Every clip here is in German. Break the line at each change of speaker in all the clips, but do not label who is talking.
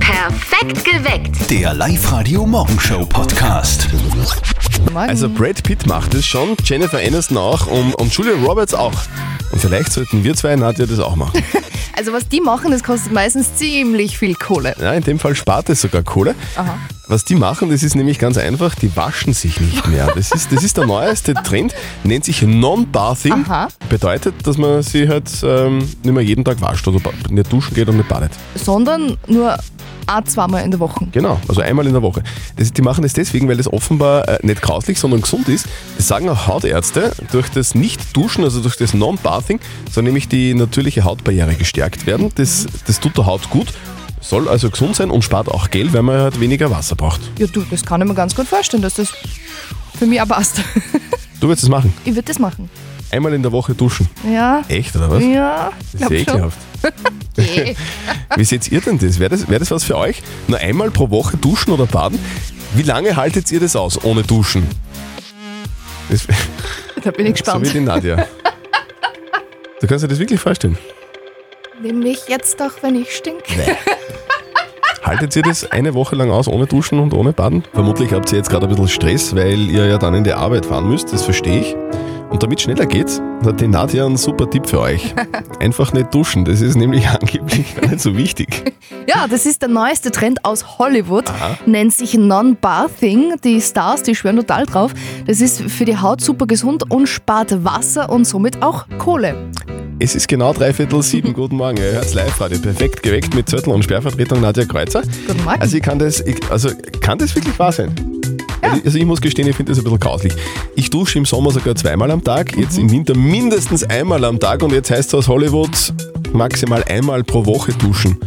Perfekt geweckt.
Der Live-Radio Morgenshow Podcast.
Morgen.
Also Brad Pitt macht es schon, Jennifer Aniston auch und, und Julia Roberts auch. Und vielleicht sollten wir zwei, Nadja, das auch machen.
also was die machen, das kostet meistens ziemlich viel Kohle.
Ja, in dem Fall spart es sogar Kohle.
Aha.
Was die machen, das ist nämlich ganz einfach, die waschen sich nicht mehr. Das ist, das ist der neueste Trend, nennt sich Non-Bathing.
Aha.
Bedeutet, dass man sie halt ähm, nicht mehr jeden Tag wascht oder ba- nicht duschen geht und nicht badet.
Sondern nur a zweimal in der Woche.
Genau, also einmal in der Woche. Das, die machen das deswegen, weil das offenbar äh, nicht grauslich, sondern gesund ist. Das sagen auch Hautärzte, durch das Nicht-Duschen, also durch das Non-Bathing, soll nämlich die natürliche Hautbarriere gestärkt werden. Das, das tut der Haut gut, soll also gesund sein und spart auch Geld, weil man halt weniger Wasser braucht.
Ja du, das kann ich mir ganz gut vorstellen, dass das für mich auch passt.
Du willst es machen?
ich würde das machen.
Einmal in der Woche duschen.
Ja.
Echt, oder was?
Ja,
Das ist
glaub
ja
schon.
ekelhaft. Wie seht ihr denn das? Wäre das, wär das was für euch? Nur einmal pro Woche duschen oder baden? Wie lange haltet ihr das aus ohne Duschen? Das,
Da bin ich
so
gespannt.
wie die Nadja. Du kannst dir das wirklich vorstellen.
Nämlich jetzt doch, wenn ich stinke.
Haltet ihr das eine Woche lang aus ohne Duschen und ohne Baden? Vermutlich habt ihr jetzt gerade ein bisschen Stress, weil ihr ja dann in die Arbeit fahren müsst, das verstehe ich. Und damit schneller geht, hat die Nadja einen super Tipp für euch. Einfach nicht duschen, das ist nämlich angeblich gar nicht so wichtig.
Ja, das ist der neueste Trend aus Hollywood. Nennt sich Non-Bathing. Die Stars, die schwören total drauf. Das ist für die Haut super gesund und spart Wasser und somit auch Kohle.
Es ist genau dreiviertel sieben. Guten Morgen. Ihr hört's live Radio. Perfekt geweckt mit Zettel und Sperrvertretung Nadja Kreuzer.
Guten Morgen.
Also, ich kann das, ich, also kann das wirklich wahr sein? Also, also ich muss gestehen, ich finde das ein bisschen grauslich. Ich dusche im Sommer sogar zweimal am Tag,
Mhm.
jetzt im Winter mindestens einmal am Tag und jetzt heißt es aus Hollywood maximal einmal pro Woche duschen.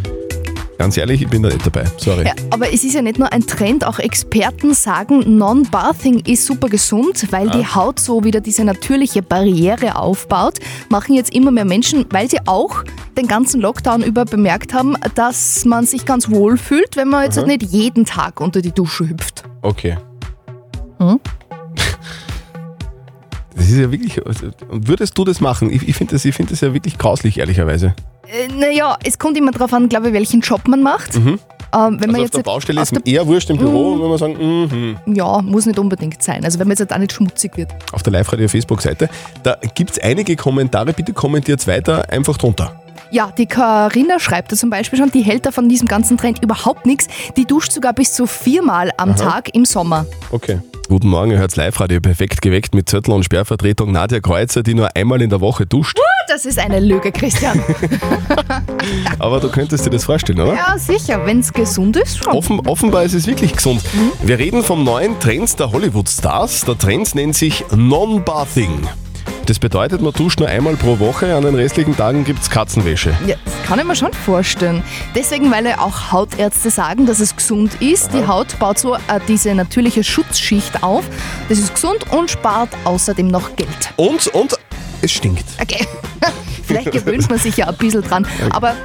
Ganz ehrlich, ich bin da nicht dabei. Sorry.
Ja, aber es ist ja nicht nur ein Trend, auch Experten sagen, Non-Bathing ist super gesund, weil
Ah.
die Haut so wieder diese natürliche Barriere aufbaut. Machen jetzt immer mehr Menschen, weil sie auch den ganzen Lockdown über bemerkt haben, dass man sich ganz wohl fühlt, wenn man jetzt halt nicht jeden Tag unter die Dusche hüpft.
Okay.
Hm?
Das ist ja wirklich. Und würdest du das machen? Ich, ich finde das, ich find das ja wirklich grauslich, ehrlicherweise.
Äh, naja, es kommt immer darauf an, glaube ich, welchen Job man macht. Ähm, wenn man
Mhm. Also auf
jetzt
der
halt-
Baustelle
auf
ist eher wurscht im Büro, wenn man sagen, mhm.
der- ja, muss nicht unbedingt sein. Also wenn man jetzt halt auch nicht schmutzig wird.
auf der Live-Radio-Facebook-Seite. Da gibt es einige Kommentare, bitte kommentiert weiter, einfach drunter.
Ja, die Karina schreibt da zum Beispiel schon, die hält da von diesem ganzen Trend überhaupt nichts. Die duscht sogar bis zu viermal am Tag im Sommer.
Okay. Guten Morgen, ihr hört's Live-Radio perfekt geweckt mit Zettel und Sperrvertretung Nadja Kreuzer, die nur einmal in der Woche duscht.
Ah, Das ist eine Lüge, Christian.
Aber du könntest dir das vorstellen, oder?
ja, sicher, wenn es gesund ist, schon.
Offen, offenbar ist es wirklich gesund.
Mhm.
Wir reden vom neuen Trend der Hollywood-Stars. Der Trend nennt sich Non-Bathing. Das bedeutet, man duscht nur einmal pro Woche, an den restlichen Tagen gibt's Katzenwäsche.
Ja, das kann ich mir schon vorstellen. Deswegen, weil ja auch Hautärzte sagen, dass es gesund ist. Die Haut baut so äh, diese natürliche Schutzschicht auf. Das ist gesund und spart außerdem noch Geld.
Und, und, es stinkt.
Okay. Vielleicht gewöhnt man sich ja ein bisschen dran. Aber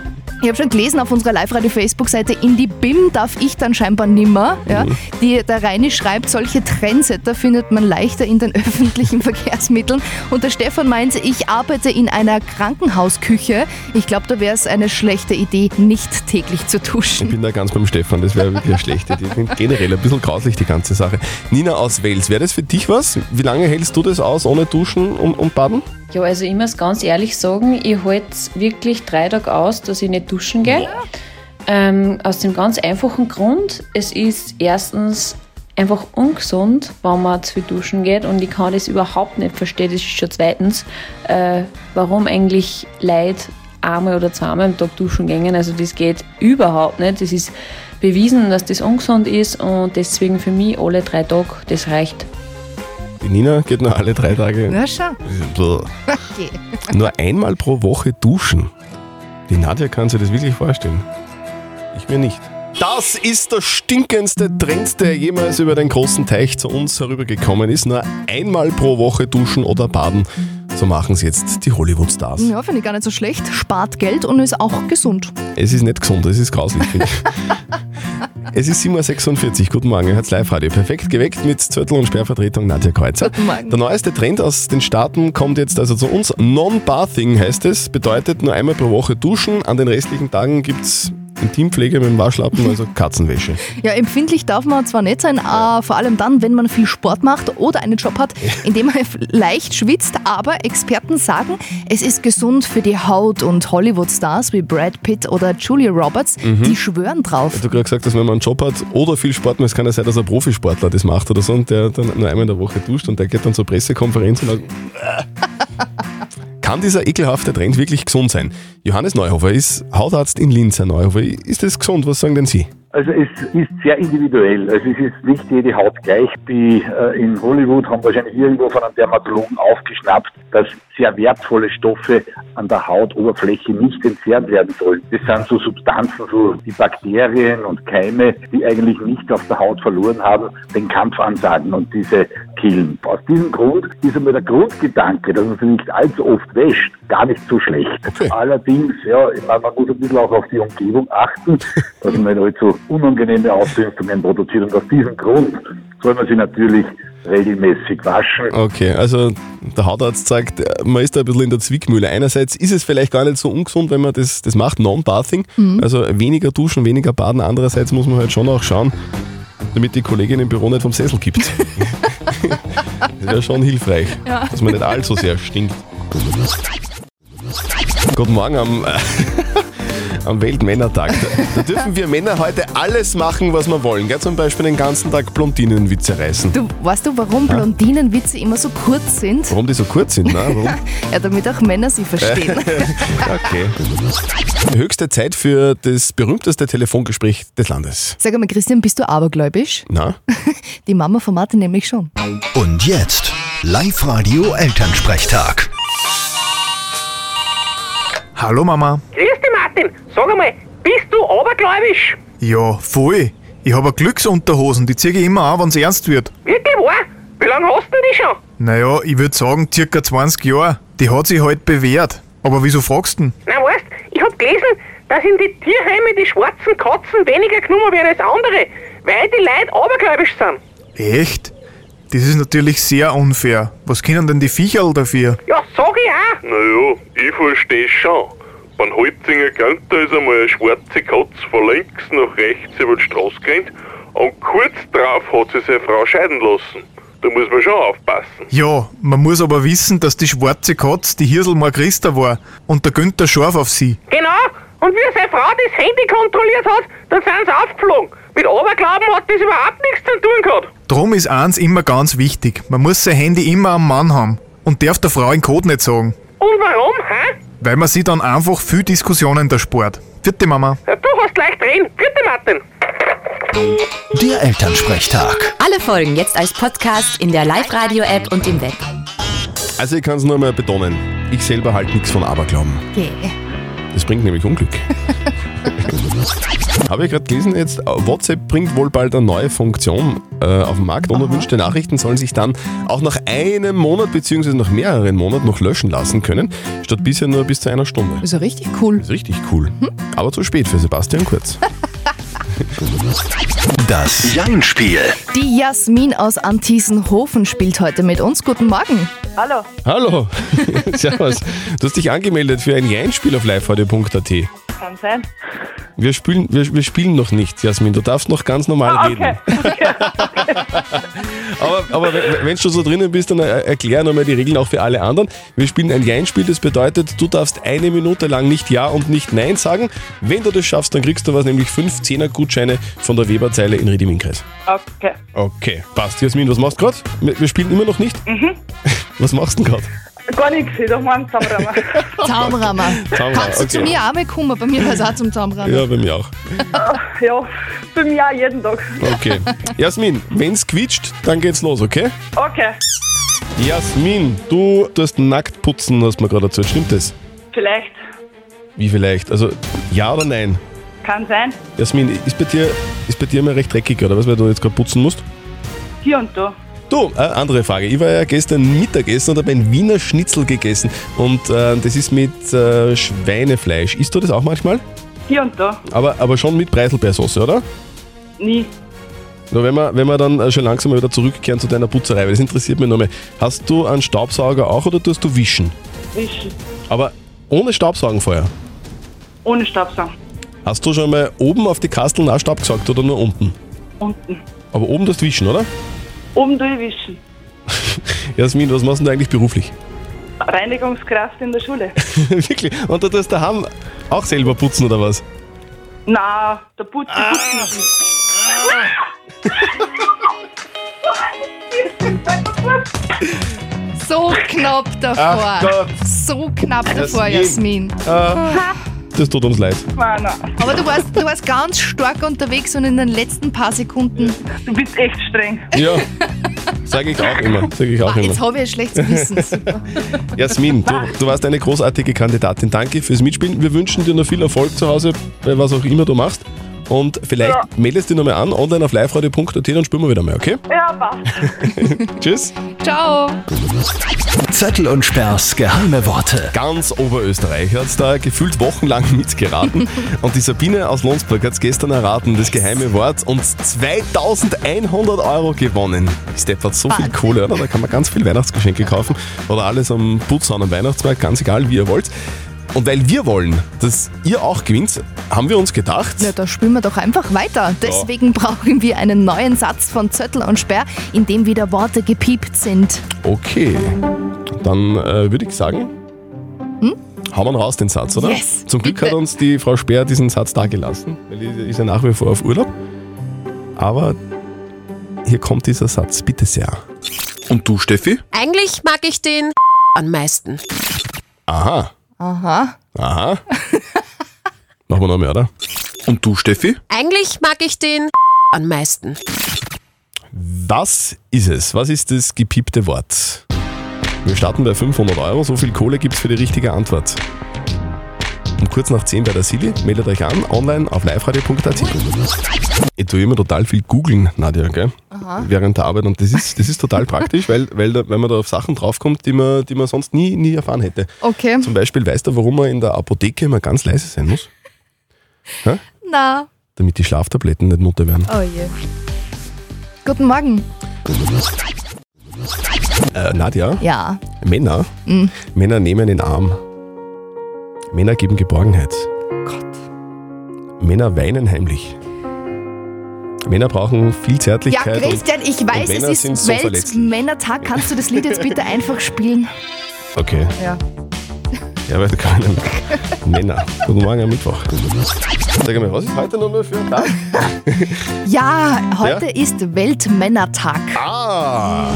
ich habe schon gelesen auf unserer Live-Radio-Facebook-Seite, in die BIM darf ich dann scheinbar nimmer. Ja. Die, der Reini schreibt, solche Trendsetter findet man leichter in den öffentlichen Verkehrsmitteln. Und der Stefan meint, ich arbeite in einer Krankenhausküche. Ich glaube, da wäre es eine schlechte Idee, nicht täglich zu
Ich
duschen.
bin da ganz beim Stefan, das wäre wirklich eine schlechte. Die sind generell ein bisschen grauslich, die ganze Sache. Nina aus Wales, wäre das für dich was? Wie lange hältst du das aus ohne Duschen und, und Baden?
Ja, also ich muss ganz ehrlich sagen, ich halte wirklich drei Tage aus, dass ich nicht duschen gehe. Ähm, aus dem ganz einfachen Grund, es ist erstens einfach ungesund, wenn man zu viel duschen geht und ich kann das überhaupt nicht verstehen. Das ist schon zweitens, äh, warum eigentlich Leute einmal oder zweimal am Tag duschen gehen. Also das geht überhaupt nicht. Das ist bewiesen, dass das ungesund ist und deswegen für mich alle drei Tage, das reicht.
Die Nina geht nur alle drei Tage.
Na schau.
Bläh.
Okay.
Nur einmal pro Woche duschen. Die Nadja kann sich das wirklich vorstellen. Ich mir nicht. Das ist der stinkendste Trend, der jemals über den großen Teich zu uns herübergekommen ist. Nur einmal pro Woche duschen oder baden. So machen es jetzt die Hollywood-Stars.
Ja, finde ich gar nicht so schlecht. Spart Geld und ist auch gesund.
Es ist nicht gesund, es ist grauslich, finde ich. Es ist 7.46 Uhr, guten Morgen, ihr hört's Live-Radio. Perfekt geweckt mit Zürtel und Sperrvertretung Nadja Kreuzer.
Guten Morgen.
Der neueste Trend aus den Staaten kommt jetzt also zu uns. Non-Bathing heißt es, bedeutet nur einmal pro Woche duschen, an den restlichen Tagen gibt's Intimpflege mit dem Waschlappen, also Katzenwäsche.
Ja, empfindlich darf man zwar nicht sein, äh, vor allem dann, wenn man viel Sport macht oder einen Job hat, in dem man leicht schwitzt, aber Experten sagen, es ist gesund für die Haut und Hollywood-Stars wie Brad Pitt oder Julia Roberts, die schwören drauf.
Du hast gerade gesagt, dass wenn man einen Job hat oder viel Sport macht, es kann ja sein, dass ein Profisportler das macht oder so und der dann nur einmal in der Woche duscht und der geht dann zur Pressekonferenz und sagt, kann dieser ekelhafte Trend wirklich gesund sein? Johannes Neuhofer ist Hautarzt in Linz, Herr Neuhofer. Ist das gesund? Was sagen denn Sie?
Also es ist sehr individuell. Also es ist nicht jede Haut gleich. Die äh, in Hollywood haben wahrscheinlich irgendwo von einem Dermatologen aufgeschnappt, dass sehr wertvolle Stoffe an der Hautoberfläche nicht entfernt werden sollen. Das sind so Substanzen, so die Bakterien und Keime, die eigentlich nicht auf der Haut verloren haben, den Kampf ansagen und diese killen. Aus diesem Grund ist einmal der Grundgedanke, dass man sie nicht allzu oft wäscht, gar nicht so schlecht.
Okay.
Allerdings, ja, ich meine, man muss ein bisschen auch auf die Umgebung achten, dass man nicht allzu unangenehme Ausdünstungen produziert. Und aus diesem Grund soll man sie natürlich regelmäßig waschen.
Okay, also der Hautarzt sagt, man ist da ein bisschen in der Zwickmühle. Einerseits ist es vielleicht gar nicht so ungesund, wenn man das, das macht, Non-Bathing, also weniger duschen, weniger baden. Andererseits muss man halt schon auch schauen, damit die Kollegin im Büro nicht vom Sessel kippt. das wäre schon hilfreich, dass man nicht allzu sehr stinkt. Guten Morgen am, am Weltmännertag. Da, da dürfen wir Männer heute alles machen, was wir wollen. Gell? Zum Beispiel den ganzen Tag Blondinenwitze reißen.
Du, weißt du, warum Blondinenwitze immer so kurz sind?
Warum die so kurz sind, ne? Warum?
Ja, damit auch Männer sie verstehen.
Okay. Höchste Zeit für das berühmteste Telefongespräch des Landes.
Sag mal, Christian, bist du abergläubisch?
Na?
Die Mama von Martin nämlich schon.
Und jetzt Live-Radio Elternsprechtag.
Hallo Mama.
Grüß dich, Martin. Sag einmal, bist du abergläubisch?
Ja, voll. Ich habe Glücksunterhosen, die ziehe ich immer an, wenn es ernst wird.
Wirklich wahr? Wie lange hast du denn die schon?
Naja, ich würde sagen, circa 20 Jahre. Die hat sich halt bewährt. Aber wieso fragst du denn?
Na, weißt, ich hab gelesen, dass in die Tierheime die schwarzen Katzen weniger genommen werden als andere, weil die Leute abergläubisch sind.
Echt? Das ist natürlich sehr unfair. Was können denn die Viecherl dafür?
Ja, sag ich auch.
Naja, ich verstehe schon. Beim Halbzinger Kanter ist einmal eine schwarze Katze von links nach rechts über die Straße gerannt und kurz drauf hat sie seine Frau scheiden lassen. Da muss man schon aufpassen.
Ja, man muss aber wissen, dass die schwarze Katz die Hirselmar Christa war und der Günther scharf auf sie.
Genau. Und wie seine Frau das Handy kontrolliert hat, dann sind sie aufgeflogen. Mit Aberglauben hat das überhaupt nichts zu tun gehabt.
Drum ist eins immer ganz wichtig. Man muss sein Handy immer am Mann haben und darf der Frau den Code nicht sagen,
Und warum, hä?
weil man sie dann einfach viel Diskussionen erspart. Vierte Mama.
Ja, du hast leicht reden. Vierte Martin.
Der Elternsprechtag.
Alle Folgen jetzt als Podcast in der Live-Radio-App und im Web.
Also ich kann es nur mal betonen. Ich selber halte nichts von Aberglauben.
Okay.
Das bringt nämlich Unglück. Habe ich gerade gelesen jetzt, WhatsApp bringt wohl bald eine neue Funktion äh, auf den Markt. Unerwünschte Nachrichten sollen sich dann auch nach einem Monat bzw. nach mehreren Monaten noch löschen lassen können, statt bisher nur bis zu einer Stunde.
Ist ja richtig cool.
Ist richtig cool. Aber zu spät für Sebastian Kurz.
Das Jein-Spiel.
Die Jasmin aus Antiesenhofen spielt heute mit uns. Guten Morgen.
Hallo,
Hallo, servus. Du hast dich angemeldet für ein Jein-Spiel auf liveradio.at.
kann sein.
Wir spielen, wir, wir spielen noch nicht, Jasmin. Du darfst noch ganz normal
Ah,
reden. aber aber wenn wenn du so drinnen bist, dann er- erklär nochmal die Regeln auch für alle anderen. Wir spielen ein Jein-Spiel, das bedeutet, du darfst eine Minute lang nicht Ja und nicht Nein sagen. Wenn du das schaffst, dann kriegst du was, nämlich fünf Zehner-Gutscheine von der Weberzeile in Redi-Minkreis.
Okay.
Okay, passt. Jasmin, was machst du gerade? Wir, wir spielen immer noch nicht? Mhm. Was machst du denn gerade?
Gar nichts, ich doch mal einen Zahnrahmen.
Zaumrammer.
Zaumrammer,
Kannst du zu
okay.
mir auch mal kommen? Bei mir war es auch zum Zaumrammer.
Ja, bei mir auch.
ja, bei mir auch jeden Tag.
Okay. Jasmin, wenn's quietscht, dann geht's los, okay?
Okay,
Jasmin, du tust nackt putzen, hast mir gerade erzählt. Stimmt das?
vielleicht.
Wie vielleicht? Also ja oder nein?
Kann sein.
Jasmin, ist bei dir, ist bei dir immer recht dreckig, oder was, weil du jetzt gerade putzen musst?
Hier und da.
Du, äh, andere Frage. Ich war ja gestern Mittagessen und habe ein Wiener Schnitzel gegessen. Und äh, das ist mit äh, Schweinefleisch. Isst du das auch manchmal?
Hier und da.
Aber, aber schon mit Preiselbeersauce, oder?
Nie.
Nur wenn wir, wenn wir dann äh, schon langsam mal wieder zurückkehren zu deiner Putzerei, weil das interessiert mich nochmal. Hast du einen Staubsauger auch oder tust du wischen?
Wischen.
Aber ohne Staubsaugen vorher.
Ohne Staubsaugen.
Hast du schon mal oben auf die Kastel Nascht gesagt oder nur unten?
Unten. Um
Aber oben das Wischen, oder?
Oben durchwischen.
Jasmin, was machst du denn eigentlich beruflich?
Reinigungskraft in der Schule.
Wirklich? Und du tust daheim auch selber putzen oder was?
Na, der Putz, die Putzmaschine.
So knapp davor.
Ach Gott.
So knapp davor,
Jasmin.
Jasmin.
Das tut uns leid.
Mann,
Aber du warst, du warst ganz stark unterwegs und in den letzten paar Sekunden.
du bist echt streng.
Ja, sage ich auch immer. Sag ich auch
Ah, jetzt
immer.
habe ich ein schlechtes Wissen. Super.
Jasmin, du, du warst eine großartige Kandidatin. Danke fürs Mitspielen. Wir wünschen dir noch viel Erfolg zu Hause, bei was auch immer du machst. Und vielleicht meldest du dich nochmal an, online auf liveradio.at, dann spielen wir wieder mal, okay?
Ja, passt.
Tschüss.
Ciao.
Zettel und Sperrs geheime Worte.
Ganz Oberösterreich hat es da gefühlt wochenlang mitgeraten. Und die Sabine aus Lonsburg hat es gestern erraten, das geheime Wort, und 2100 Euro gewonnen. Ist etwa so viel Kohle, oder? Da kann man ganz viel Weihnachtsgeschenke kaufen oder alles am Putzhahn am Weihnachtsmarkt, ganz egal, wie ihr wollt. Und weil wir wollen, dass ihr auch gewinnt, haben wir uns gedacht,
Na, da spielen wir doch einfach weiter. Deswegen brauchen wir einen neuen Satz von Zöttel und Sperr, in dem wieder Worte gepiept sind.
okay, dann äh, würde ich sagen, hauen wir raus den Satz, oder?
Hm? Yes,
Zum Glück
bitte.
hat uns die Frau Speer diesen Satz dagelassen, weil die ist ja nach wie vor auf Urlaub. Aber hier kommt dieser Satz, bitte sehr.
Und du, Steffi?
Eigentlich mag ich den am meisten.
Aha,
Aha.
aha. Machen wir noch mehr, oder?
Und du, Steffi?
Eigentlich mag ich den am meisten.
Was ist es? Was ist das gepiepte Wort? Wir starten bei 500 Euro. So viel Kohle gibt's für die richtige Antwort. Um kurz nach 10 bei der Silly. Meldet euch an, online auf liveradio.at. Ich tue immer total viel googeln, Nadja, gell?
Aha.
Während der Arbeit. Und das ist, das ist total praktisch, weil, weil da, wenn man da auf Sachen draufkommt, die man, die man sonst nie, nie erfahren hätte.
Okay.
Zum Beispiel weißt du, warum man in der Apotheke immer ganz leise sein muss? Hä?
Na,
Damit die Schlaftabletten nicht munter werden.
oh je. Guten Morgen.
Äh, Nadja?
Ja.
Männer,
Mhm.
Männer nehmen in Arm. Männer geben Geborgenheit. Männer weinen heimlich. Männer brauchen viel
Ja,
Zärtlichkeit.
Christian, ich
und
weiß,
Männer
es
sind
ist
so verletzlich.
Weltmännertag. Kannst du das Lied jetzt bitte einfach spielen?
Okay,
Ja.
ja, weil du keine Männer. Guten Morgen am Mittwoch. Sag mal, was ist heute nochmal für ein Tag?
Ja, heute
Ja?
ist Weltmännertag.
Ah!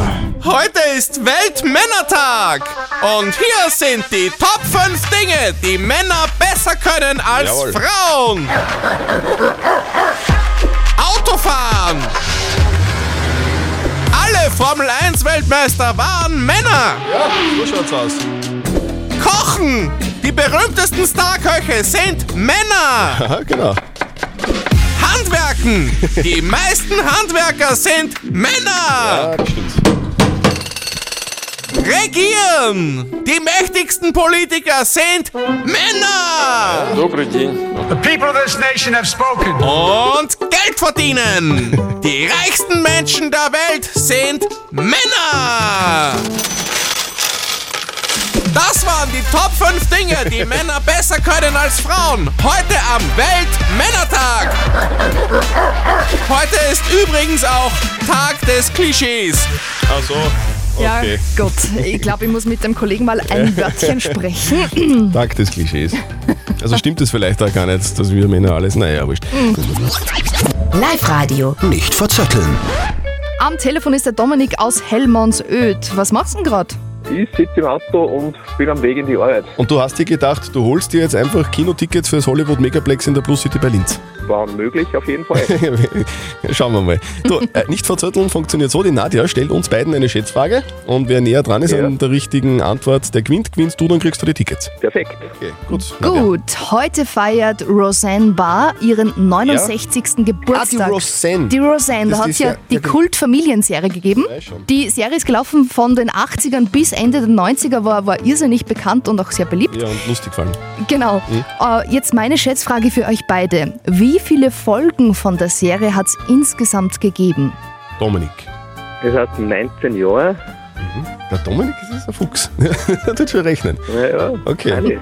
Heute ist Weltmännertag! Und hier sind die Top 5 Dinge, die Männer besser können als
Jawohl.
Frauen. Autofahren! Alle Formel 1 Weltmeister waren Männer!
Ja, so schaut's aus.
Kochen! Die berühmtesten Starköche sind Männer!
Aha, genau.
Handwerken! Die meisten Handwerker sind Männer!
Ja, das stimmt.
Regieren! Die mächtigsten Politiker sind Männer!
People of this nation have spoken.
Und Geld verdienen! Die reichsten Menschen der Welt sind Männer! Das waren die Top 5 Dinge, die Männer besser können als Frauen. Heute am Weltmännertag. Heute ist übrigens auch Tag des Klischees.
Ach so.
Ja,
Okay.
Gott, ich glaube, ich muss mit dem Kollegen mal ein Wörtchen sprechen.
Tag des Klischees. Also stimmt es vielleicht auch gar nicht, dass wir Männer alles. Naja, wurscht.
Live-Radio.
Nicht verzetteln.
Am Telefon ist der Dominik aus Hellmannsöd. Was machst du denn gerade?
Ich sitze im Auto und bin am Weg in die Arbeit.
Und du hast dir gedacht, du holst dir jetzt einfach Kinotickets fürs Hollywood Megaplex in der Plus City bei Linz.
War möglich auf jeden Fall.
Schauen wir mal. Du, äh, nicht verzötteln funktioniert so. Die Nadja stellt uns beiden eine Schätzfrage und wer näher dran ist
Ja.
an der richtigen Antwort, der gewinnt. Gewinnst du, dann kriegst du die Tickets.
Perfekt.
Okay, gut. Nadja.
Gut, heute feiert Roseanne Barr ihren 69. Geburtstag.
Ah, die Roseanne.
Die Roseanne, da
Das
hat
ist
es ja
ja-
die
ja, die-
Kultfamilienserie gegeben.
weiß schon.
Die Serie ist gelaufen von den 80ern bis Ende der 90er, war, war irrsinnig bekannt und auch sehr beliebt.
Ja, und lustig gefallen.
Genau.
Mhm.
Äh, jetzt meine Schätzfrage für euch beide. Wie viele Folgen von der Serie hat es insgesamt gegeben?
Dominik.
Es hat 19 Jahre.
Der Dominik ist ein Fuchs. Der tut schon rechnen.
Naja,
Okay.
alle.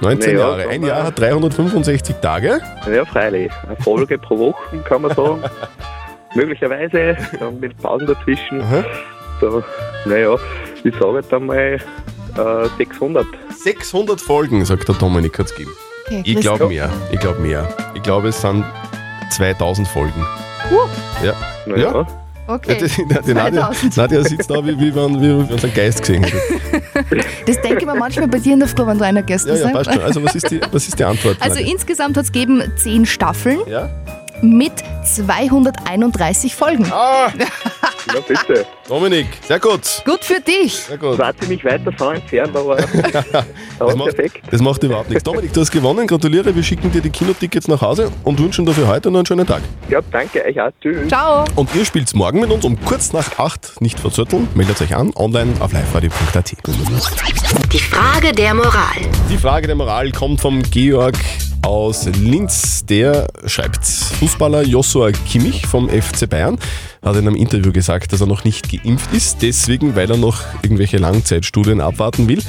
19
Naja,
Jahre.
kann
Ein
man-
Jahr hat 365 Tage.
Ja, freilich. Eine Folge pro Woche, kann man sagen. Möglicherweise, dann mit Pausen dazwischen. So, naja, ich sage jetzt einmal äh, 600.
600 Folgen, sagt der Dominik, hat's gegeben.
Okay,
ich
Christoph.
glaube mehr. Ich glaube mehr. Ich glaube, es sind 2000 Folgen.
Huh,
Ja.
ja.
okay.
Ja, die, die Nadja,
2000.
Nadja sitzt da, wie, wie wenn wie wenn sie einen Geist gesehen hätte.
Das denke ich mir manchmal bei dir in der Früh, wenn du einer gestern
Ja, ja, passt schon. Also, was ist die, was ist die Antwort?
Also
Nadja?
insgesamt hat es gegeben 10 Staffeln
Ja?
mit 231 Folgen.
Ja, bitte.
Ah! Dominik, sehr gut.
Gut für dich.
Sehr gut.
War ziemlich weit davon entfernt, aber, aber
Das macht,
perfekt.
das macht überhaupt nichts. Dominik, du hast gewonnen. Gratuliere. Wir schicken dir die Kinotickets nach Hause und wünschen dir für heute noch einen schönen Tag.
Ja, danke euch auch. Tschüss.
Ciao.
Und ihr spielt morgen mit uns um kurz nach 8. Nicht verzötteln. Meldet euch an online auf liveradio.at.
Die Frage der Moral.
Die Frage der Moral kommt vom Georg aus Linz. Der schreibt, Fußballer Joshua Kimmich vom FC Bayern hat in einem Interview gesagt, dass er noch nicht geimpft ist, deswegen, weil er noch irgendwelche Langzeitstudien abwarten will.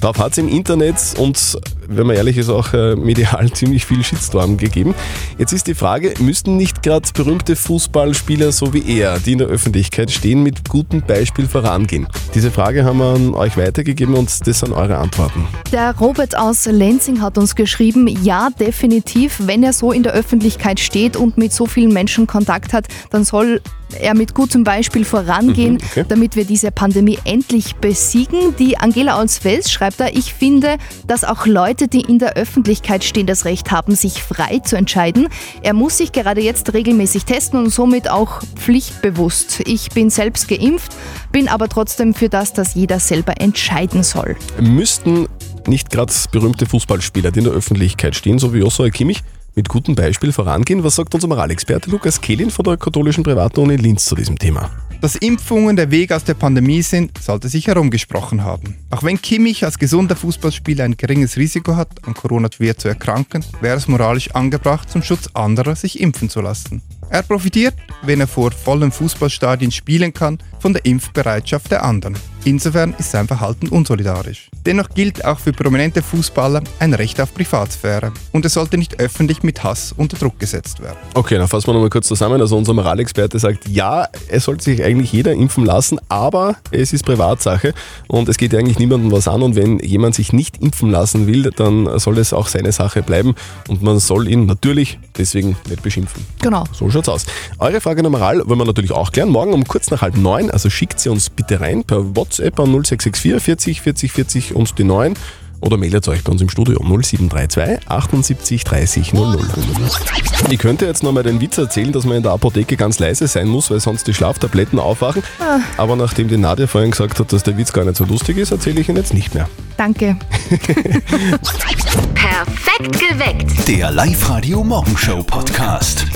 Darauf hat es im Internet und, wenn man ehrlich ist, auch äh, medial ziemlich viel Shitstorm gegeben. Jetzt ist die Frage, müssten nicht gerade berühmte Fußballspieler so wie er, die in der Öffentlichkeit stehen, mit gutem Beispiel vorangehen? Diese Frage haben wir an euch weitergegeben und das sind eure Antworten.
Der Robert aus Lenzing hat uns geschrieben, ja definitiv, wenn er so in der Öffentlichkeit steht und mit so vielen Menschen Kontakt hat, dann soll er mit gutem Beispiel vorangehen,
Mhm, okay.
damit wir diese Pandemie endlich besiegen. Die Angela aus Fels schreibt da, ich finde, dass auch Leute, die in der Öffentlichkeit stehen, das Recht haben, sich frei zu entscheiden. Er muss sich gerade jetzt regelmäßig testen und somit auch pflichtbewusst. Ich bin selbst geimpft, bin aber trotzdem für das, dass jeder selber entscheiden soll.
müssten nicht gerade berühmte Fußballspieler, die in der Öffentlichkeit stehen, so wie Joshua Kimmich, mit gutem Beispiel vorangehen? Was sagt unser Moralexperte Lukas Kehlin von der katholischen Privatuni Linz zu diesem Thema?
Dass Impfungen der Weg aus der Pandemie sind, sollte sich herumgesprochen haben. Auch wenn Kimmich als gesunder Fußballspieler ein geringes Risiko hat, an Corona schwer zu erkranken, wäre es moralisch angebracht, zum Schutz anderer sich impfen zu lassen. Er profitiert, wenn er vor vollen Fußballstadien spielen kann, von der Impfbereitschaft der anderen. Insofern ist sein Verhalten unsolidarisch. Dennoch gilt auch für prominente Fußballer ein Recht auf Privatsphäre und es sollte nicht öffentlich mit Hass unter Druck gesetzt werden.
Okay, dann fassen wir nochmal kurz zusammen. Also unser Moralexperte sagt, ja, es sollte sich eigentlich jeder impfen lassen, aber es ist Privatsache und es geht eigentlich niemandem was an und wenn jemand sich nicht impfen lassen will, dann soll es auch seine Sache bleiben und man soll ihn natürlich deswegen nicht beschimpfen.
Genau.
So schaut's aus. Eure Frage der Moral wollen wir natürlich auch klären. Morgen um kurz nach halb neun, also schickt sie uns bitte rein per WhatsApp an 0664 40 40 40 und die 9 oder meldet euch bei uns im Studio um 0732 78 30 00. Ich könnte jetzt nochmal den Witz erzählen, dass man in der Apotheke ganz leise sein muss, weil sonst die Schlaftabletten aufwachen.
Ah.
Aber nachdem die Nadja vorhin gesagt hat, dass der Witz gar nicht so lustig ist, erzähle ich ihn jetzt nicht mehr.
Danke.
Perfekt geweckt.
Der Live-Radio Morgenshow Podcast.